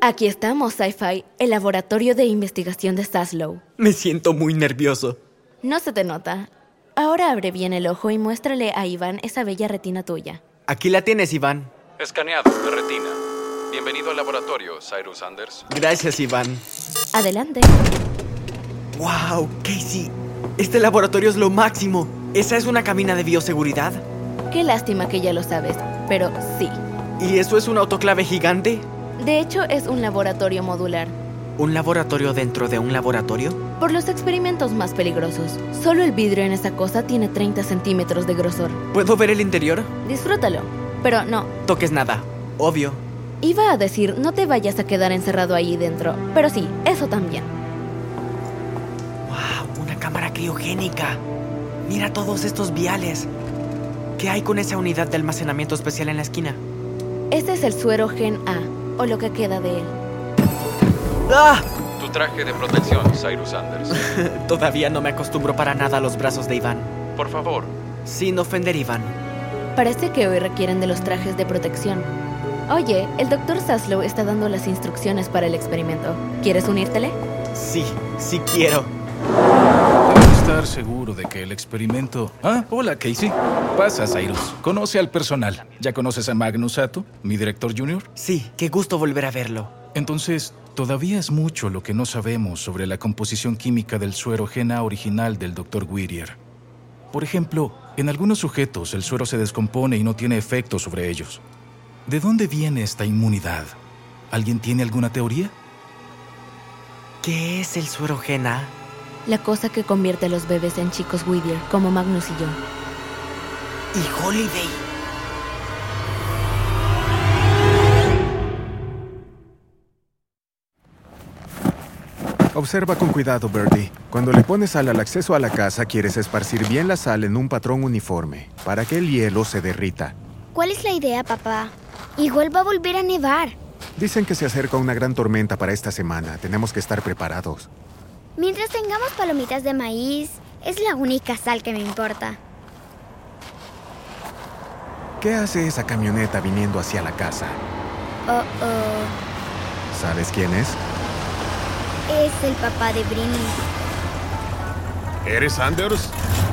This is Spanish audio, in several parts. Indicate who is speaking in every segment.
Speaker 1: Aquí estamos, Sci-Fi, el laboratorio de investigación de Saslow.
Speaker 2: Me siento muy nervioso.
Speaker 1: No se te nota. Ahora abre bien el ojo y muéstrale a Iván esa bella retina tuya.
Speaker 2: Aquí la tienes, Iván.
Speaker 3: Escaneado de retina. Bienvenido al laboratorio, Cyrus Anders.
Speaker 2: Gracias, Iván.
Speaker 1: Adelante.
Speaker 2: ¡Wow, Casey! Este laboratorio es lo máximo. ¿Esa es una cabina de bioseguridad?
Speaker 1: Qué lástima que ya lo sabes, pero sí.
Speaker 2: ¿Y eso es un autoclave gigante?
Speaker 1: De hecho, es un laboratorio modular.
Speaker 2: ¿Un laboratorio dentro de un laboratorio?
Speaker 1: Por los experimentos más peligrosos, solo el vidrio en esa cosa tiene 30 centímetros de grosor.
Speaker 2: ¿Puedo ver el interior?
Speaker 1: Disfrútalo. Pero no,
Speaker 2: Toques nada. Obvio.
Speaker 1: iba a decir no te vayas a quedar encerrado ahí dentro, pero sí, eso también.
Speaker 2: ¡Wow! Una cámara criogénica. Mira todos estos viales. ¿Qué hay con esa unidad de almacenamiento especial en la esquina?
Speaker 1: Este es el suero Gen A, o lo que queda de él.
Speaker 2: ¡Ah!
Speaker 3: Tu traje de protección, Cyrus Anders.
Speaker 2: Todavía no me acostumbro para nada a los brazos de Iván.
Speaker 3: Por favor,
Speaker 2: Sin ofender, Iván.
Speaker 1: Parece que hoy requieren de los trajes de protección. Oye, el doctor Saslow está dando las instrucciones para el experimento. ¿Quieres unírtele?
Speaker 2: Sí, sí quiero.
Speaker 4: Debo estar seguro de que el experimento. Ah, hola, Casey. Pasa, Cyrus. Conoce al personal. ¿Ya conoces a Magnus Atu, mi director junior?
Speaker 2: Sí, qué gusto volver a verlo.
Speaker 4: Entonces, todavía es mucho lo que no sabemos sobre la composición química del suero Gena original del Dr. Whittier. Por ejemplo, en algunos sujetos el suero se descompone y no tiene efecto sobre ellos. ¿De dónde viene esta inmunidad? ¿Alguien tiene alguna teoría?
Speaker 2: ¿Qué es el suero Gena?
Speaker 1: La cosa que convierte a los bebés en chicos Whittier, como Magnus y yo.
Speaker 2: Y Holiday.
Speaker 5: Observa con cuidado, Birdie. Cuando le pones sal al acceso a la casa, quieres esparcir bien la sal en un patrón uniforme, para que el hielo se derrita.
Speaker 6: ¿Cuál es la idea, papá? Igual va a volver a nevar.
Speaker 5: Dicen que se acerca una gran tormenta para esta semana. Tenemos que estar preparados.
Speaker 6: Mientras tengamos palomitas de maíz, es la única sal que me importa.
Speaker 5: ¿Qué hace esa camioneta viniendo hacia la casa?
Speaker 6: Oh, oh.
Speaker 5: ¿Sabes quién es?
Speaker 6: Es el papá de Brini.
Speaker 7: ¿Eres Anders?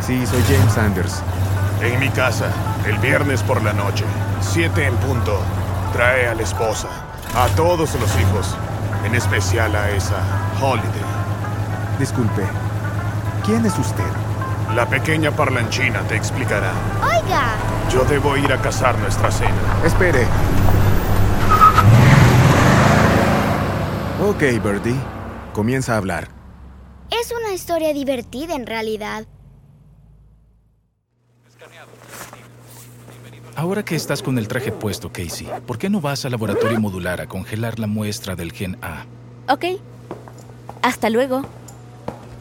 Speaker 5: Sí, soy James Anders.
Speaker 7: En mi casa, el viernes por la noche, siete en punto. Trae a la esposa, a todos los hijos, en especial a esa Holiday.
Speaker 5: Disculpe. ¿Quién es usted?
Speaker 7: La pequeña parlanchina te explicará.
Speaker 6: ¡Oiga!
Speaker 7: Yo debo ir a cazar nuestra cena.
Speaker 5: Espere. Ok, Birdie. Comienza a hablar.
Speaker 6: Es una historia divertida en realidad.
Speaker 4: Ahora que estás con el traje puesto, Casey, ¿por qué no vas al laboratorio modular a congelar la muestra del gen A?
Speaker 1: Ok. Hasta luego.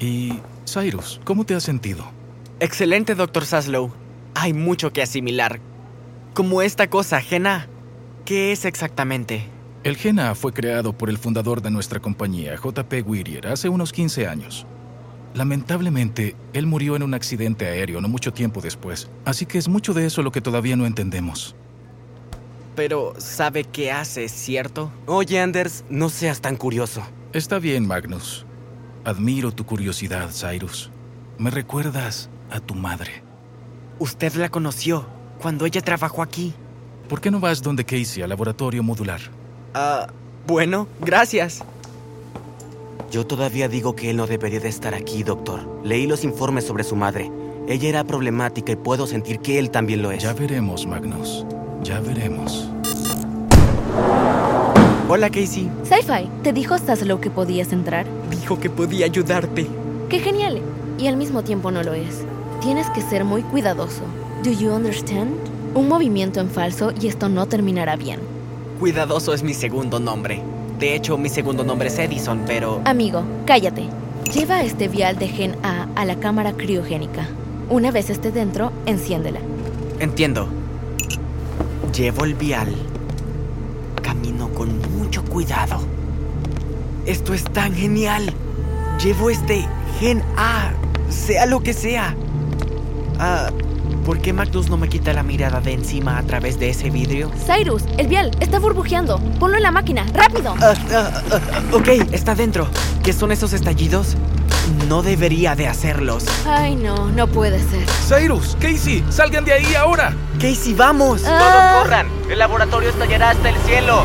Speaker 4: Y, Cyrus, ¿cómo te has sentido?
Speaker 2: Excelente, doctor Saslow. Hay mucho que asimilar. Como esta cosa, Gena. ¿Qué es exactamente?
Speaker 4: El gen A fue creado por el fundador de nuestra compañía, JP Whittier, hace unos 15 años. Lamentablemente, él murió en un accidente aéreo no mucho tiempo después, así que es mucho de eso lo que todavía no entendemos.
Speaker 2: Pero sabe qué hace, ¿cierto? Oye, Anders, no seas tan curioso.
Speaker 4: Está bien, Magnus. Admiro tu curiosidad, Cyrus. Me recuerdas a tu madre.
Speaker 2: Usted la conoció cuando ella trabajó aquí.
Speaker 4: ¿Por qué no vas donde Casey al laboratorio modular?
Speaker 2: Ah, bueno, gracias.
Speaker 8: Yo todavía digo que él no debería de estar aquí, doctor. Leí los informes sobre su madre. Ella era problemática y puedo sentir que él también lo es.
Speaker 4: Ya veremos, Magnus. Ya veremos.
Speaker 2: Hola, Casey.
Speaker 1: Sci-Fi, ¿te dijo Saslow que podías entrar?
Speaker 2: Dijo que podía ayudarte.
Speaker 1: ¡Qué genial! Y al mismo tiempo no lo es. Tienes que ser muy cuidadoso. ¿Do you understand? Un movimiento en falso y esto no terminará bien.
Speaker 2: Cuidadoso es mi segundo nombre. De hecho, mi segundo nombre es Edison, pero...
Speaker 1: Amigo, cállate. Lleva este vial de gen A a la cámara criogénica. Una vez esté dentro, enciéndela.
Speaker 2: Entiendo. Llevo el vial. Camino con mucho cuidado. Esto es tan genial. Llevo este gen A, sea lo que sea. Ah, ¿Por qué Magnus no me quita la mirada de encima a través de ese vidrio?
Speaker 1: Cyrus, el vial está burbujeando. Ponlo en la máquina, rápido.
Speaker 2: Ah, ah, ah, ah, ok, está dentro. ¿Qué son esos estallidos? No debería de hacerlos.
Speaker 1: Ay, no, no puede ser.
Speaker 4: Cyrus, Casey, salgan de ahí ahora.
Speaker 2: Casey, vamos.
Speaker 1: Ah.
Speaker 8: corran! ¡El laboratorio estallará hasta el cielo!